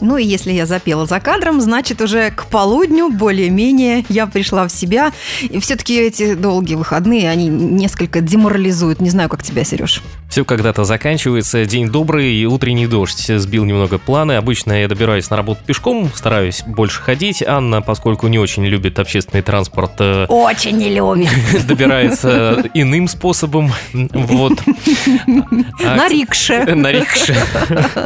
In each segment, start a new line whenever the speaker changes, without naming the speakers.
Ну и если я запела за кадром, значит уже к полудню более-менее я пришла в себя. И все-таки эти долгие выходные, они несколько деморализуют. Не знаю, как тебя, Сереж.
Все когда-то заканчивается. День добрый и утренний дождь. Сбил немного планы. Обычно я добираюсь на работу пешком, стараюсь больше ходить. Анна, поскольку не очень любит общественный транспорт, э,
Очень не любит.
добирается иным способом. Вот. А,
На рикше.
На рикше.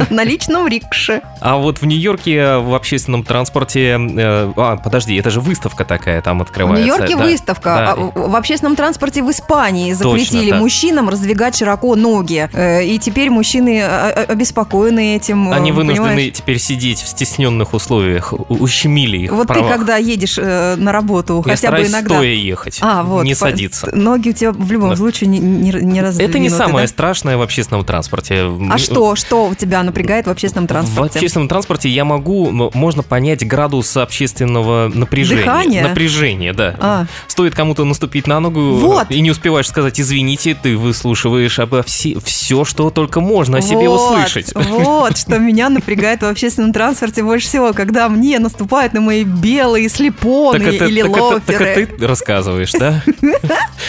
На личном рикше.
А вот в Нью-Йорке в общественном транспорте... э, А, подожди, это же выставка такая там
В
открывается.
Нью-Йорке
да.
выставка.
Да.
А В в общественном транспорте в Испании запретили
да.
мужчинам раздвигать широко ноги. Э, И теперь мужчины э, э, обеспокоены этим. э,
Они вынуждены
понимаешь?
теперь сидеть в стесненных условиях, у- ущемили их в
Вот ты,
правах.
когда едешь э, на работу, хотя
Я
бы
стараюсь
иногда.
стоя ехать,
А, вот.
не
по-
садиться.
Ноги у тебя в любом
Да.
случае не, не, не
Это не
раздвинуты,
самое
да?
страшное в общественном транспорте.
А что, что у тебя напрягает в общественном
В
транспорте?
общественном транспорте я могу, м- можно понять градус общественного напряжения.
Дыхание?
Напряжение, да.
А.
Стоит кому-то наступить на ногу
Вот.
и не успеваешь сказать «извините», ты выслушиваешь обо все, все, что только можно о себе
Вот,
услышать.
Вот, что меня напрягает в общественном транспорте больше всего, когда мне наступают на мои белые слепоны или
так, это, так
лоферы.
это ты рассказываешь, да?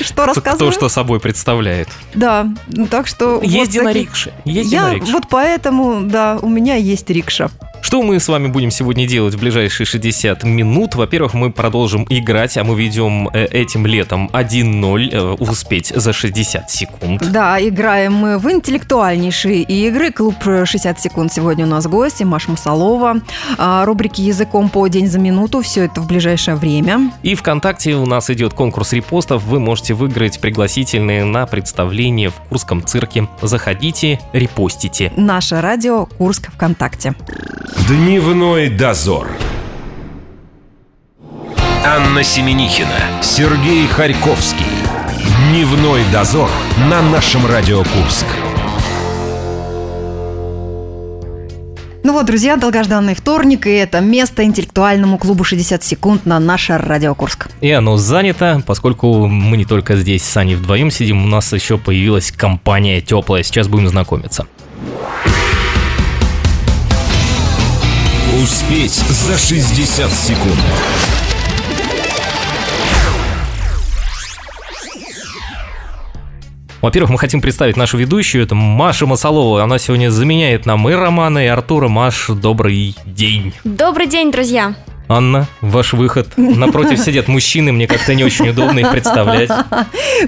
Что
То,
рассказываю?
что собой представляет.
Да, ну, так что... вот
Езди на
такие-
рикше. Езди
Я
на рикше.
вот поэтому, да, у меня есть рикша.
Что мы с вами будем сегодня делать в ближайшие 60 минут? Во-первых, мы продолжим играть, а мы ведем э, этим летом 1-0 э, успеть за 60 секунд.
Да, играем мы в интеллектуальнейшие игры. Клуб 60 секунд сегодня у нас гости. Маша Мусалова. А, Рубрики «Языком по день за минуту». Все это в ближайшее время.
И ВКонтакте у нас идет конкурс репостов. Вы можете выиграть пригласительные на представление в Курском цирке. Заходите, репостите.
Наше радио «Курск ВКонтакте».
Дневной дозор. Анна Семенихина, Сергей Харьковский. Дневной дозор на нашем Радио Курск.
Ну вот, друзья, долгожданный вторник, и это место интеллектуальному клубу «60 секунд» на наше радио «Курск».
И оно занято, поскольку мы не только здесь с Аней вдвоем сидим, у нас еще появилась компания теплая. Сейчас будем знакомиться.
Успеть за 60 секунд.
Во-первых, мы хотим представить нашу ведущую, это Маша Масалова. Она сегодня заменяет нам и Романа, и Артура. Маш, добрый день.
Добрый день, друзья.
Анна, ваш выход. Напротив сидят мужчины, мне как-то не очень удобно их представлять.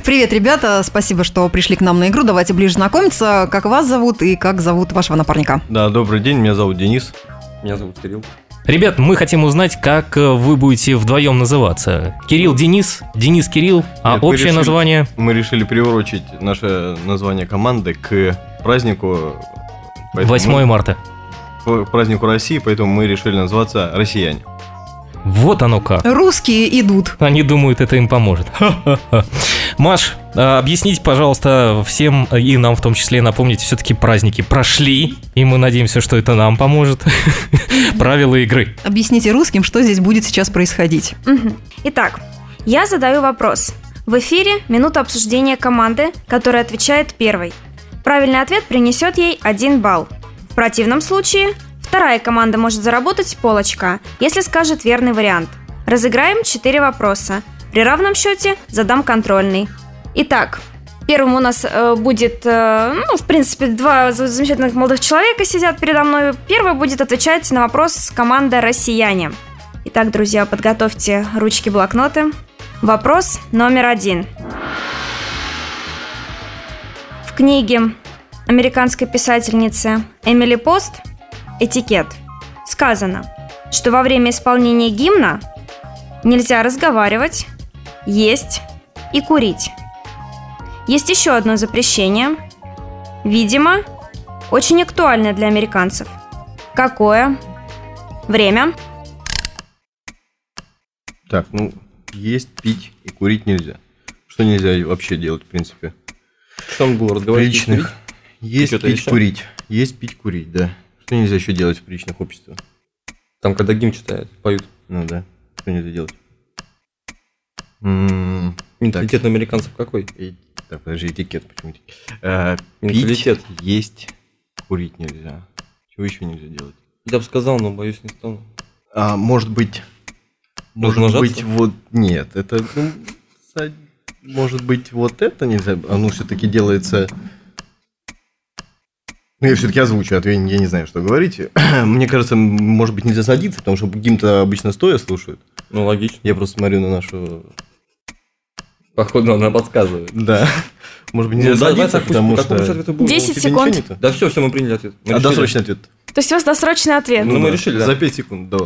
Привет, ребята, спасибо, что пришли к нам на игру. Давайте ближе знакомиться, как вас зовут и как зовут вашего напарника.
Да, добрый день, меня зовут Денис. Меня зовут Кирилл.
Ребят, мы хотим узнать, как э, вы будете вдвоем называться. Кирилл Денис, Денис Кирилл, а
Нет, мы
общее
решили-
название...
Мы решили приурочить наше название команды к празднику... поэтому
8 марта.
мы- К празднику России, поэтому мы решили назваться «Россияне».
Вот оно как.
Русские идут.
Они думают, это им поможет. Ха-ха-ха. Маш, а, объясните, пожалуйста, всем а, и нам в том числе напомните, все-таки праздники прошли, и мы надеемся, что это нам поможет. Правила игры.
Объясните русским, что здесь будет сейчас происходить.
Мгм. Итак, я задаю вопрос. В эфире минута обсуждения команды, которая отвечает первой. Правильный ответ принесет ей один балл. В противном случае вторая команда может заработать пол очка, если скажет верный вариант. Разыграем 4 вопроса. При равном счете задам контрольный. Итак, первым у нас э, будет, э, ну, в принципе, два за- замечательных молодых человека сидят передо мной. Первый будет отвечать на вопрос команда «Россияне». Итак, друзья, подготовьте ручки, блокноты. Вопрос номер один. В книге американской писательницы Эмили Пост «Этикет» сказано, что во время исполнения гимна нельзя разговаривать, есть и курить. Есть еще одно запрещение, видимо, очень актуальное для американцев. Какое? Время.
Так, ну, есть, пить и курить нельзя. Что нельзя и вообще делать, в принципе?
Что он был разговаривать?
Приличных. Есть,
чё-то
пить,
еще?
курить. Есть, пить, курить, да. Что нельзя еще делать в приличных обществах?
Там, когда гимн читают, поют.
Ну да, что нельзя делать? М,
Менталитет американцев какой?
М-м-м, и- Так, подожди, этикет почему-то. Э,
Менталитет.
Пить, есть, курить нельзя. Чего еще нельзя делать?
Я бы сказал, но боюсь не стану.
А, может быть... Может
Размножаться?
быть, вот... Нет, это... ну, са- Может быть, вот это нельзя... Оно все-таки делается... Ну, я все-таки озвучу, а то я, не- я не знаю, что говорить. Мне кажется, м, может быть, нельзя садиться, потому что гимн-то обычно стоя слушают.
Ну, логично.
Я просто смотрю на нашу...
Походу, она подсказывает.
Да. Может быть,
Ну,
нельзя
да, давай
садиться,
так пусть-
потому
так пусть
что...
ответ и будет.
10
Тебе
секунд.
ничего не то?
Да все, все, мы приняли ответ. Мы
А
решили.
досрочный ответ.
То есть у вас досрочный ответ.
Ну, мы решили, да.
За 5 секунд, да.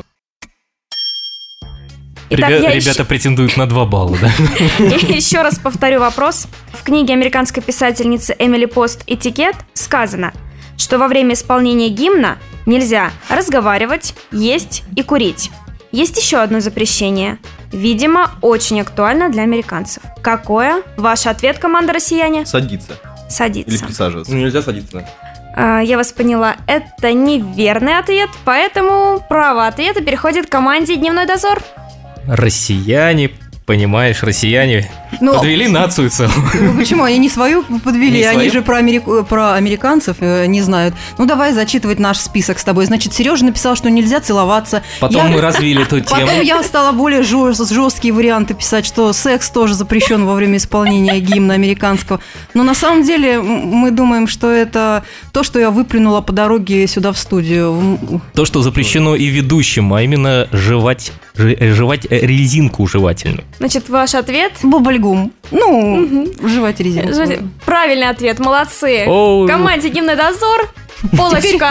Итак,
Ребя-
я ищ-
Ребята претендуют на 2 балла, да?
Я еще раз повторю вопрос. В книге американской писательницы Эмили Пост «Этикет» сказано, что во время исполнения гимна нельзя разговаривать, есть и курить. Есть еще одно запрещение. Видимо, очень актуально для американцев. Какое? Ваш ответ, команда россияне?
Садиться или
Садиться.
присаживаться.
Ну, нельзя садиться. да.
А, я вас поняла, это неверный ответ, поэтому право ответа переходит к команде «Дневной дозор».
Россияне, понимаешь, россияне
Ну,
подвели нацию целую.
Ну, почему? Они не свою подвели,
Не
они
свою?
же про, Америку- про американцев э, не знают. Ну, давай зачитывать наш список с тобой. Значит, Сережа написал, что нельзя целоваться.
Потом
Я-
мы развили эту
Потом
тему.
я стала более жесткие варианты писать, что секс тоже запрещен во время исполнения гимна американского. Но на самом деле м, мы думаем, что это то, что я выплюнула по дороге сюда в студию. М,
То, что запрещено и ведущим, а именно жевать, ж- э, жевать э, резинку жевательную.
Значит, ваш ответ
Бубльгум. Ну,
Мгм.
жевать резинку.
Жди- Э, Правильный ответ, молодцы.
Оу.
Команде «Гимный дозор» полочка.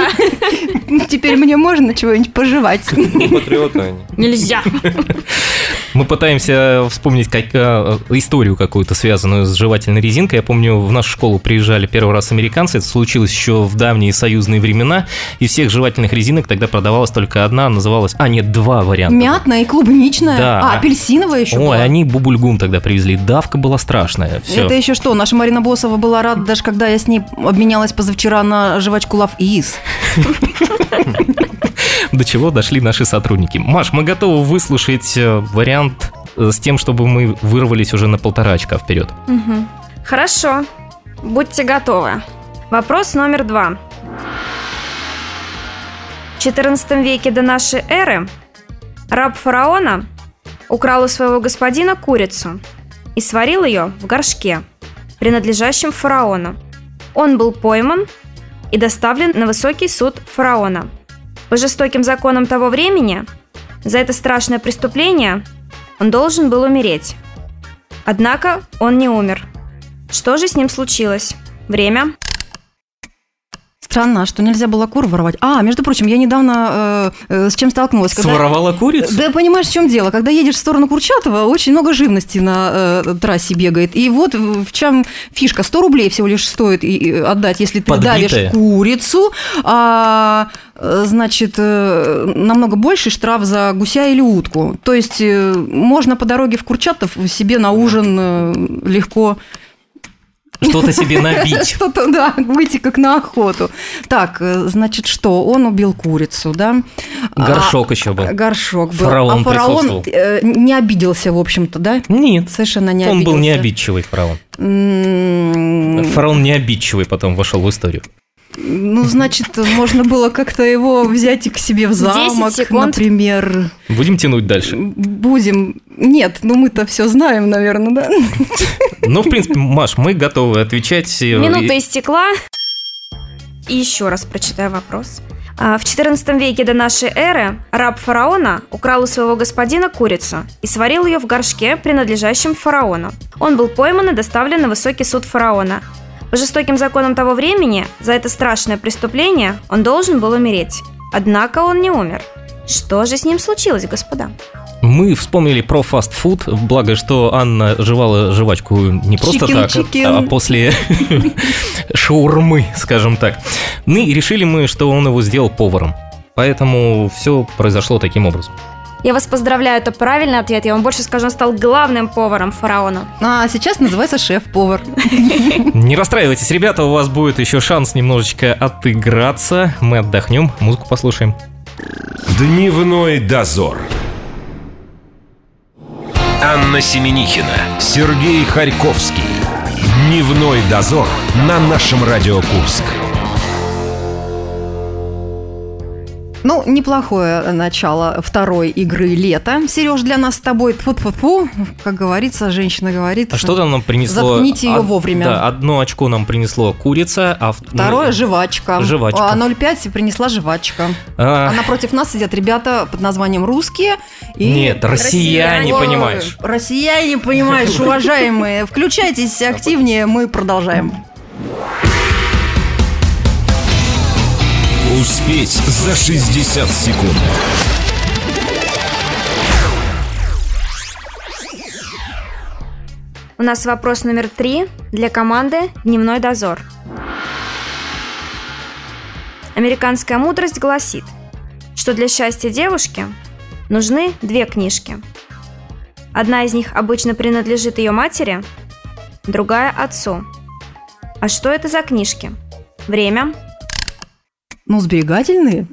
Теперь мне можно чего-нибудь пожевать.
Ну, патриоты они.
Нельзя.
Мы пытаемся вспомнить как, э, историю какую-то, связанную с жевательной резинкой. Я помню, в нашу школу приезжали первый раз американцы. Это случилось еще в давние союзные времена. И всех жевательных резинок тогда продавалась только одна, называлась... А, нет, два варианта.
Мятная и клубничная.
Да.
А, апельсиновая еще
Ой,
была.
они бубульгум тогда привезли. Давка была страшная. Все.
Это еще что? Наша Марина Босова была рада, даже когда я с ней обменялась позавчера на жвачку Love Is.
До чего дошли наши сотрудники. Маш, мы готовы выслушать э, вариант э, с тем, чтобы мы вырвались уже на полтора очка вперед.
Мгм. Хорошо, будьте готовы. Вопрос номер два. В XIV веке до нашей эры раб фараона украл у своего господина курицу и сварил ее в горшке, принадлежащем фараону. Он был пойман и доставлен на высокий суд фараона. По жестоким законам того времени за это страшное преступление он должен был умереть. Однако он не умер. Что же с ним случилось? Время.
Странно, а что нельзя было кур воровать. А, между прочим, я недавно э, э, с чем столкнулась. когда-
Своровала курицу?
Да понимаешь, в чем дело? Когда едешь в сторону Курчатова, очень много живности на э, трассе бегает. И вот в в чем фишка. 100 рублей всего лишь стоит и- и отдать, если ты
Подбитая.
давишь курицу, а, э, значит, э, намного больше штраф за гуся или утку. То есть э, можно по дороге в Курчатов себе на ужин э, легко
Что-то себе набить.
что-то, да, выйти как на охоту. Так, э, значит, что? Он убил курицу, да? А,
Горшок еще был.
Горшок был.
Фараон
а фараон
присутствовал.
э, не обиделся, в общем-то, да?
Нет.
Совершенно не
Он
обиделся.
был не обидчивый фараон.
М,
Фараон не обидчивый потом вошел в историю.
Ну, значит, можно было как-то его взять и к себе в
10
замок,
секунд.
например.
Будем тянуть дальше.
Будем. Нет, ну мы-то все знаем, наверное, да?
Ну, в принципе, Маш, мы готовы отвечать. э, и-
Минута истекла. И еще раз прочитаю вопрос. А, В XIV веке до нашей эры раб фараона украл у своего господина курицу и сварил ее в горшке, принадлежащем фараону. Он был пойман и доставлен на высокий суд фараона. По жестоким законам того времени за это страшное преступление он должен был умереть. Однако он не умер. Что же с ним случилось, господа?
Мы вспомнили про фастфуд, благо, что Анна жевала жвачку не просто
Chicken,
так,
chicken.
а после шаурмы, скажем так. Ну и решили мы, что он его сделал поваром. Поэтому все произошло таким образом.
Я вас поздравляю, это правильный ответ. Я вам больше скажу, он стал главным поваром фараона.
А сейчас называется шеф-повар.
Не расстраивайтесь, ребята, у вас будет еще шанс немножечко отыграться. Мы отдохнем, музыку послушаем.
Дневной дозор. Анна Семенихина, Сергей Харьковский. Дневной дозор на нашем Радио Курск.
Ну, неплохое начало второй игры лета. Сереж, для нас с тобой тьфу -тьфу -тьфу, как говорится, женщина говорит.
А что там нам принесло?
Заткните её
Од-
вовремя.
Да, одно очко нам принесло курица, а в-
Второе – жвачка.
Жвачка.
А 0,5 принесла жвачка.
А,
А напротив нас сидят ребята под названием «Русские». И...
Нет, россияне,
россияне.
Ой,
понимаешь.
Россияне, понимаешь, уважаемые. Включайтесь активнее, мы продолжаем.
Успеть за 60 секунд.
У нас вопрос номер три для команды «Дневной дозор». Американская мудрость гласит, что для счастья девушки нужны две книжки. Одна из них обычно принадлежит ее матери, другая – отцу. А что это за книжки? Время.
Ну, сберегательные.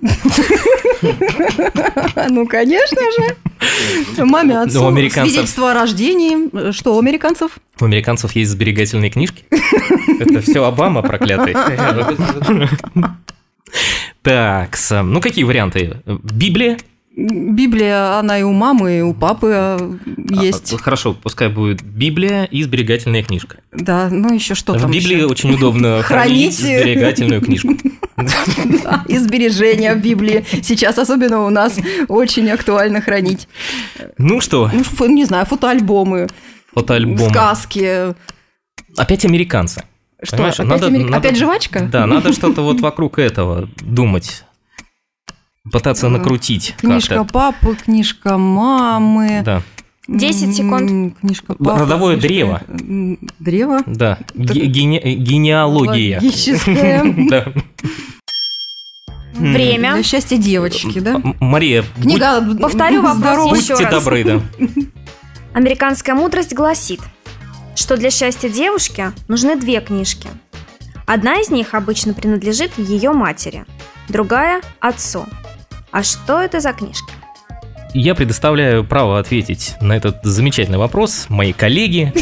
Ну, конечно же. Маме,
Ну, у
отцу,
американцев-
свидетельство о рождении. Э, Что у американцев?
У американцев есть сберегательные книжки. Это все Обама проклятый.
ну,
Так, с, ну какие варианты? Библия?
Библия, она и у мамы, и у папы э, есть.
А, Хорошо, пускай будет Библия и сберегательная книжка.
Да, ну еще что
В
там
Библии
еще?
очень удобно хранить
Хранить.
сберегательную книжку.
Да, И сбережения в Библии. Сейчас особенно у нас очень актуально хранить.
Ну что,
Ну, ф- не знаю, фотоальбомы,
фотоальбом.
сказки.
Опять американцы.
Что,
Понимаешь,
опять,
надо-
Америка-
надо-
опять жвачка?
Да, надо что-то вот вокруг этого думать. Пытаться
Э,
накрутить
Книжка
как-то.
папы, книжка мамы.
Да,
10 секунд.
М, Книжка папы.
Родовое
книжка-
древо.
м, Древо.
да.
Так-
Ге- гене- э, Генеалогия.
Логическое.
Да.
Время.
Для счастья девочки, да?
М- Мария, будь-
Книга м,
Повторю вопрос
здоровая.
еще
будьте
раз.
добры, да.
Американская мудрость гласит, что для счастья девушки нужны две книжки. Одна из них обычно принадлежит ее матери, другая – отцу. А что это за книжки?
Я предоставляю право ответить на этот замечательный вопрос моей коллеге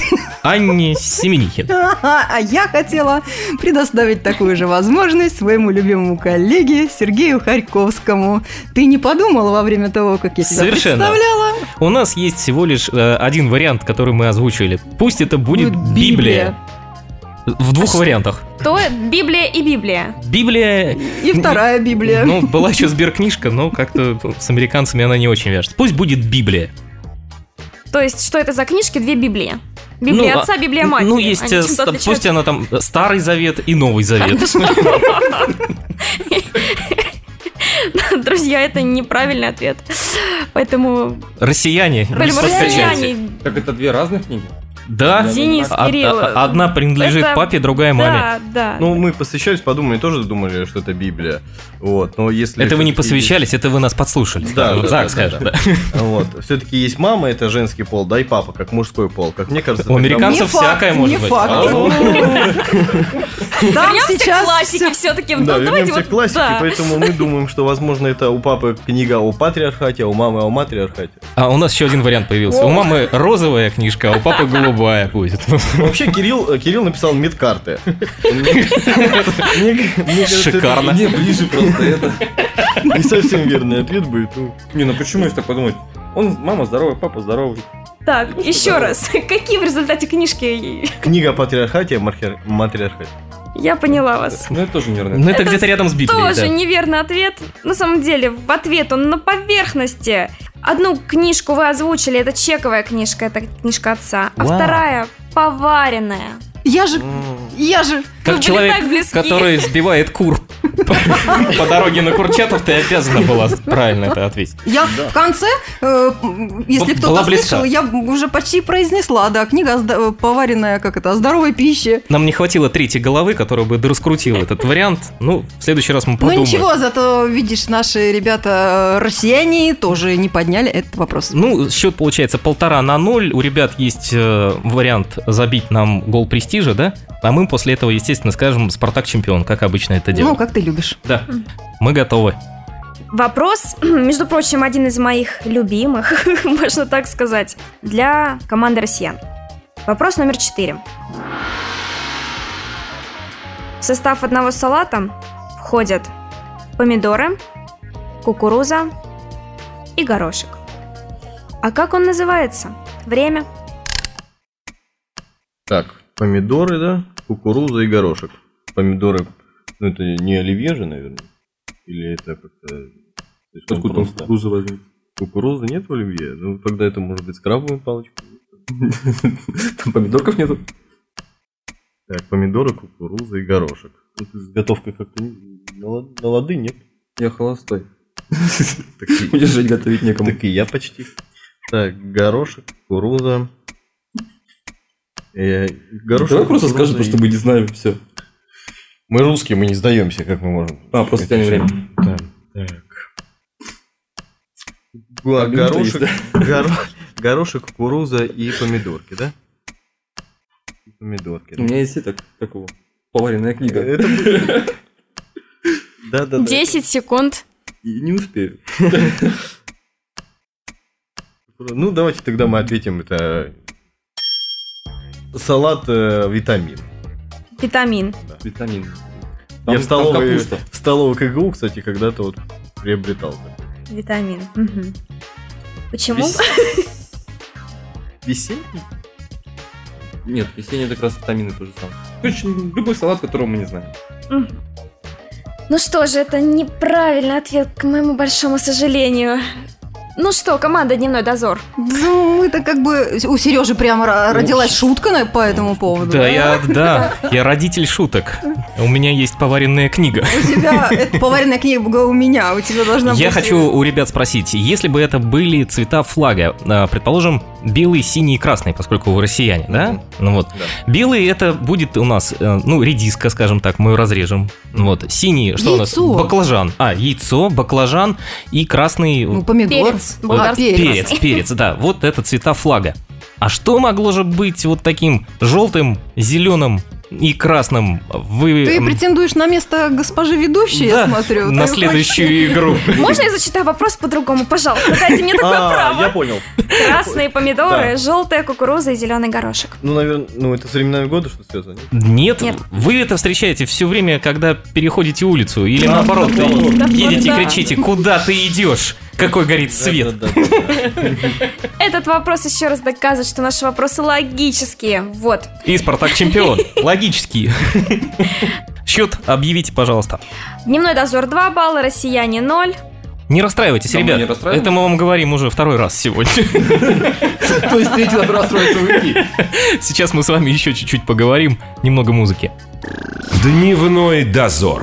Анне Семенихин.
А я хотела предоставить такую же возможность своему любимому коллеге Сергею Харьковскому. Ты не подумала во время того, как я тебя
Совершенно.
представляла?
У нас есть всего лишь э, один вариант, который мы озвучили. Пусть это будет Библия. В двух вариантах.
То Библия и Библия.
Библия...
И вторая Библия.
Ну, была еще сберкнижка, но как-то с американцами она не очень вяжется. Пусть будет Библия.
То есть, что это за книжки? Две Библии. Библия
Ну,
отца,
а-
Библия матери.
Ну, есть,
Они
э,
чем-то
ста-
отличаются?
пусть она там э, Старый Завет и Новый Завет.
Друзья, это неправильный ответ. Поэтому,
Россияне.
поэтому
подкачайте.
россияне...
Так это две разных книги?
Да.
Денис,
Од-
Кирилл.
о- Одна принадлежит
Это-
папе, другая маме.
Да, да.
Ну, мы посвящались, подумали, тоже думали, что это Библия. Вот, но если...
Это вы не
всё-таки есть-
посвящались, это вы нас подслушали.
Да, да,
Зак
да,
скажет. да.
Вот. Все-таки есть мама, это женский пол, да, и папа, как мужской пол. Как мне кажется,
У
тогда
американцев
Не факт,
всякое может
не
быть.
факт. Там
Вернемся к
сейчас
классике
всё-
все-таки.
мы- Да,
Ну, давайте
вернемся
вот-
к классике,
да.
поэтому мы думаем, что, возможно, это у папы книга о патриархате, а у мамы о матриархате.
А у нас еще один вариант появился. У мамы розовая книжка, а у папы голубая будет. Ну,
Вообще, Кирилл, э, Кирилл написал медкарты. Мне- мне- мне кажется, это
Шикарно.
Мне ближе просто это.
Не совсем верный ответ будет. ну.
Не, ну почему, если так подумать? Он, мама здоровая, папа здоровый.
Ну,
Так, еще раз. Какие в результате книжки?
Книга о патриархате, мархер- матриархате.
Я поняла вас.
Ну это тоже нервно.
Ну, это где-то рядом с Библией.
Тоже
да.
неверный ответ. На самом деле, в ответ он на поверхности. Одну книжку вы озвучили, это чековая книжка, это книжка отца. А
Вау.
вторая поваренная.
Я же, я же.
Вы
Как
были так
человек,
близки.
который сбивает кур по по дороге на Курчатов, ты обязана была правильно это ответить.
Я в конце, э, если
Б- была
кто-то
близка.
слышал, я уже почти произнесла, да, книга о здо- поваренная, как это, о здоровой пище.
Нам не хватило третьей головы, которая бы раскрутила этот вариант. Ну, в следующий раз мы подумаем.
Ну ничего, зато, видишь, наши ребята э, россияне тоже не подняли этот вопрос.
Ну, счет получается полтора на ноль. У ребят есть э, вариант забить нам гол престижа, да? А мы после этого, естественно, скажем «Спартак чемпион», как обычно это
Ну,
делаем.
как ты любишь.
Да, мы готовы.
Вопрос, между прочим, один из моих любимых, можно так сказать, для команды россиян. Вопрос номер четыре. В состав одного салата входят помидоры, кукуруза и горошек. А как он называется? Время.
Так, помидоры, да, кукуруза и горошек. Помидоры, ну это не оливье же, наверное? Или это как-то... слишком
Откуда он
просто?
кукурузу возьмет?
Кукурузы нет в оливье? Ну, тогда это может быть крабовая палочка.
Там помидорков нету.
Так, помидоры, кукуруза и горошек. Тут Ну, с готовкой как-то не- на лад- на лады нет.
Я холостой.
Так и-
Мне жить готовить некому.
Так и я почти. Так, горошек, кукуруза. Э, Горошек,
Давай
кукуруза
просто скажи, потому
и-
что мы не знаем все.
Мы русские, мы не сдаемся, как мы можем.
А, просто тянем время.
Да, Так. Гла-
минута
Горошек, горо- горошек, кукуруза и помидорки, да? И помидорки.
У меня есть это, как его, поваренная
Э,
книга.
Да, да, да.
10 секунд.
И не успею.
Ну, давайте тогда мы ответим. Это салат э, витамин.
Витамин.
Витамин. Там-
Я в
там
столовой,
капуста.
в столовой КГУ, кстати, когда-то вот приобретал.
Витамин. Мгм. Почему?
Весенний?
Нет, весенний это как раз витамины тоже самое. Короче, любой салат, которого мы не знаем.
Мгм. Ну что же, это неправильный ответ, к моему большому сожалению. Ну что, команда «Дневной дозор».
Ну, это как бы у Сережи прямо ра- родилась шутка на- по этому поводу.
Да, я, да, я родитель шуток. У меня есть поваренная книга.
У тебя это поваренная книга была у меня, у тебя должна быть...
Я хочу у ребят спросить, если бы это были цвета флага, а, предположим, белый, синий и красный, поскольку вы россияне, да?
Мгм.
Ну вот.
Да.
Белый это будет у нас, э, ну, редиска, скажем так, мы ее разрежем. Вот. Синий, что у нас?
Яйцо.
Баклажан. А, яйцо, баклажан и красный...
Ну, помидор.
Перец.
А,
Болгарский
перец.
Перец, перец, да. Вот это цвета флага. А что могло же быть вот таким желтым, зеленым и красным? Вы...
Ты
м,
претендуешь на место госпожи ведущей,
да,
я смотрю.
на
Ты
следующую
хочешь-
игру.
Можно я зачитаю вопрос по-другому? Пожалуйста, дайте мне такое
А, я
право.
понял.
Красные помидоры,
Да.
желтая кукуруза и зеленый горошек.
Ну, наверное, ну это со временами года что связано.
Нет,
нет?
Нет.
вы это встречаете все время, когда переходите улицу. Или наоборот,
да,
и-
да,
едете и
да.
кричите, куда ты идешь? Какой горит свет.
Да, да, да, да.
Этот вопрос еще раз доказывает, что наши вопросы логические. Вот.
И Спартак чемпион. Логически. Счет объявите, пожалуйста.
Дневной дозор 2 балла, россияне 0.
Не расстраивайтесь,
Да, мы
ребят.
не расстраиваемся.
Это мы вам говорим уже второй раз сегодня.
То есть третий раз расстроится вы.
Сейчас мы с вами еще чуть-чуть поговорим. Немного музыки.
Дневной дозор.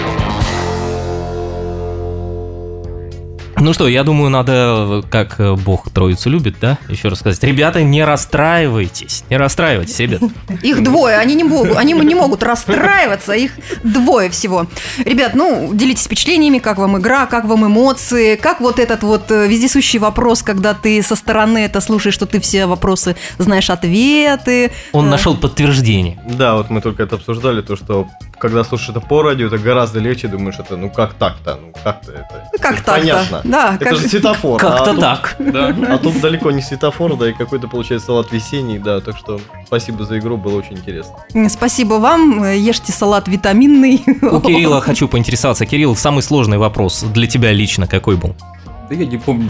Ну что, я думаю, надо, э, как э, Бог Троицу любит, да, еще раз сказать. Ребята, не расстраивайтесь. Не расстраивайтесь, ребят.
Их двое, они не могут, они не могут расстраиваться, их двое всего. Ребят, ну, делитесь впечатлениями, как вам игра, как вам эмоции, как вот этот вот э, вездесущий вопрос, когда ты со стороны это слушаешь, что ты все вопросы знаешь ответы.
Он
Э.
нашел подтверждение.
Да, вот мы только это обсуждали, то, что когда слушаешь это по радио, это гораздо легче, думаешь, это ну как так-то, ну как-то это.
Ну, Как так
Понятно.
Да,
Это
как-
же светофор. а
Как-то
тут-
так.
А тут далеко не светофор, да, и какой-то получается салат весенний, да, так что спасибо за игру, было очень интересно.
Спасибо вам, э, ешьте салат витаминный.
У Кирилла хочу поинтересоваться. Кирилл, самый сложный вопрос для тебя лично какой был?
Да я не помню.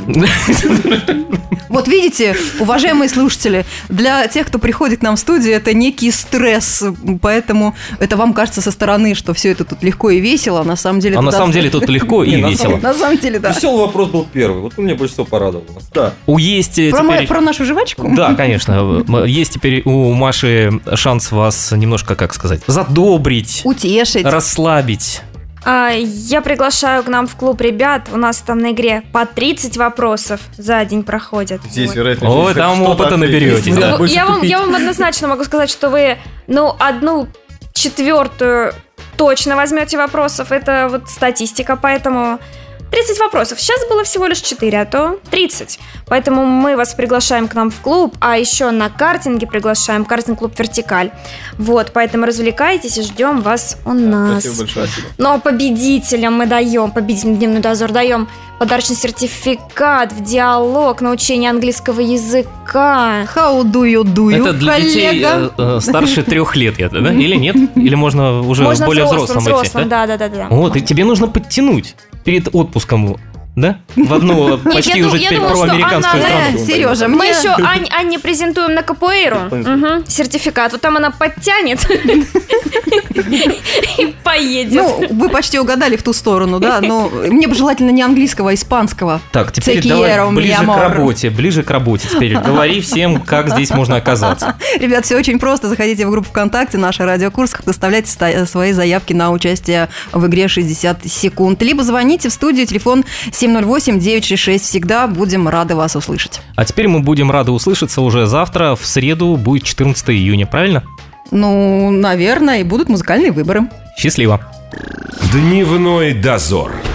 Вот видите, уважаемые слушатели, для тех, кто приходит к нам в студию, это некий стресс, поэтому это вам кажется со стороны, что все это тут легко и весело, а на самом деле...
А на
туда-
самом деле тут легко и
Не, на
весело.
На самом деле, да.
Веселый вопрос был первый. Вот он меня больше всего порадовал. на самом
Да,
Уесть э,
Про, мо-
теперь...
про нашу жвачку?
Да, конечно. М, Есть теперь у Маши шанс вас немножко, как сказать, задобрить,
Утешить.
расслабить.
А, Я приглашаю к нам в клуб ребят. У нас там на игре по 30 вопросов за день проходят.
здесь
Вот.
вероятно...
О,
здесь
там
что-то
опыта
ответить.
наберетесь, да.
Ну, я, вам, я вам однозначно могу сказать, что вы, ну, одну четвертую точно возьмете вопросов. Это вот статистика, поэтому 30 вопросов. Сейчас было всего лишь 4, а то 30. Поэтому мы вас приглашаем к нам в клуб, а еще на картинге приглашаем картинг-клуб «Вертикаль». Вот, поэтому развлекайтесь и ждем вас у нас.
Спасибо большое.
Но победителям мы даем, победителям дневной дозор даем подарочный сертификат в диалог, научение английского языка.
How do you do, you,
Это для детей
коллега?
э, э, старше трех лет, я- да? Или нет? Или можно уже
Можно
более
взрослым,
взрослым идти?
взрослым,
да?
да, да, да, да.
Вот, и тебе нужно подтянуть перед отпуском, да? В одну
я
почти
ду-
уже
я
теперь
думала, что
проамериканскую
она-
Э,
страну.
Сережа,
Мы
мне-
еще Ань- Анне презентуем на капуэйру Мгм. сертификат. Вот там она подтянет и поедет.
Ну, вы почти угадали в ту сторону, да, но мне бы желательно не английского, а испанского.
Так, теперь
Цекиера у меня,
давай ближе к
Маура.
работе, ближе к работе теперь. Говори всем, как здесь можно оказаться.
Ребят, все очень просто. Заходите в группу ВКонтакте, наш радиокурс, доставляйте ста- свои заявки на участие в игре 60 секунд. Либо звоните в студию, телефон 708-966. Всегда будем рады вас услышать.
А теперь мы будем рады услышаться уже завтра, в среду будет 14 июня, правильно?
Ну, наверное, и будут музыкальные выборы.
Счастливо!
Дневной дозор.